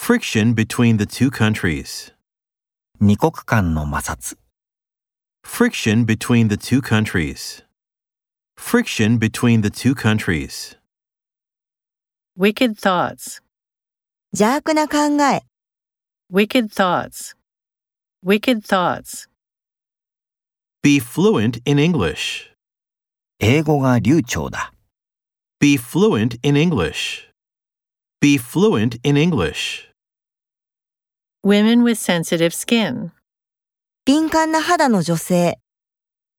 friction between the two countries. 二国間の摩擦 Friction between the two countries. Friction between the two countries. Wicked thoughts, 邪悪な考え、 wicked thoughts, wicked thoughts. Be fluent in English. 英語が流暢だ Be fluent in English. Be fluent in English. Women with sensitive skin, 敏感な肌の女性、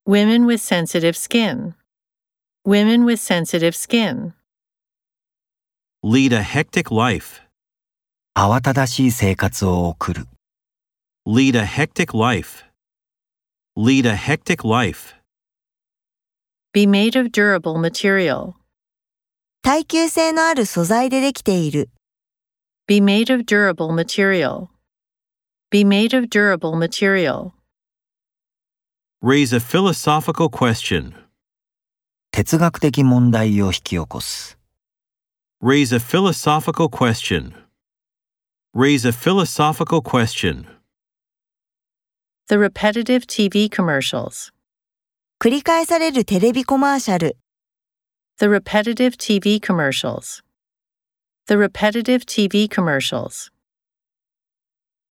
women with sensitive skin, women with sensitive skin. Lead a hectic life. 慌ただしい生活を送る Lead a hectic life. Lead a hectic life. Be made of durable material, 耐久性のある素材でできている、 be made of durable material, be made of durable material. Raise a philosophical question. 哲学的問題を引き起こす Raise a philosophical question. Raise a philosophical question. The repetitive TV commercials, 繰り返されるテレビコマーシャル、 the repetitive TV commercials, the repetitive TV commercials.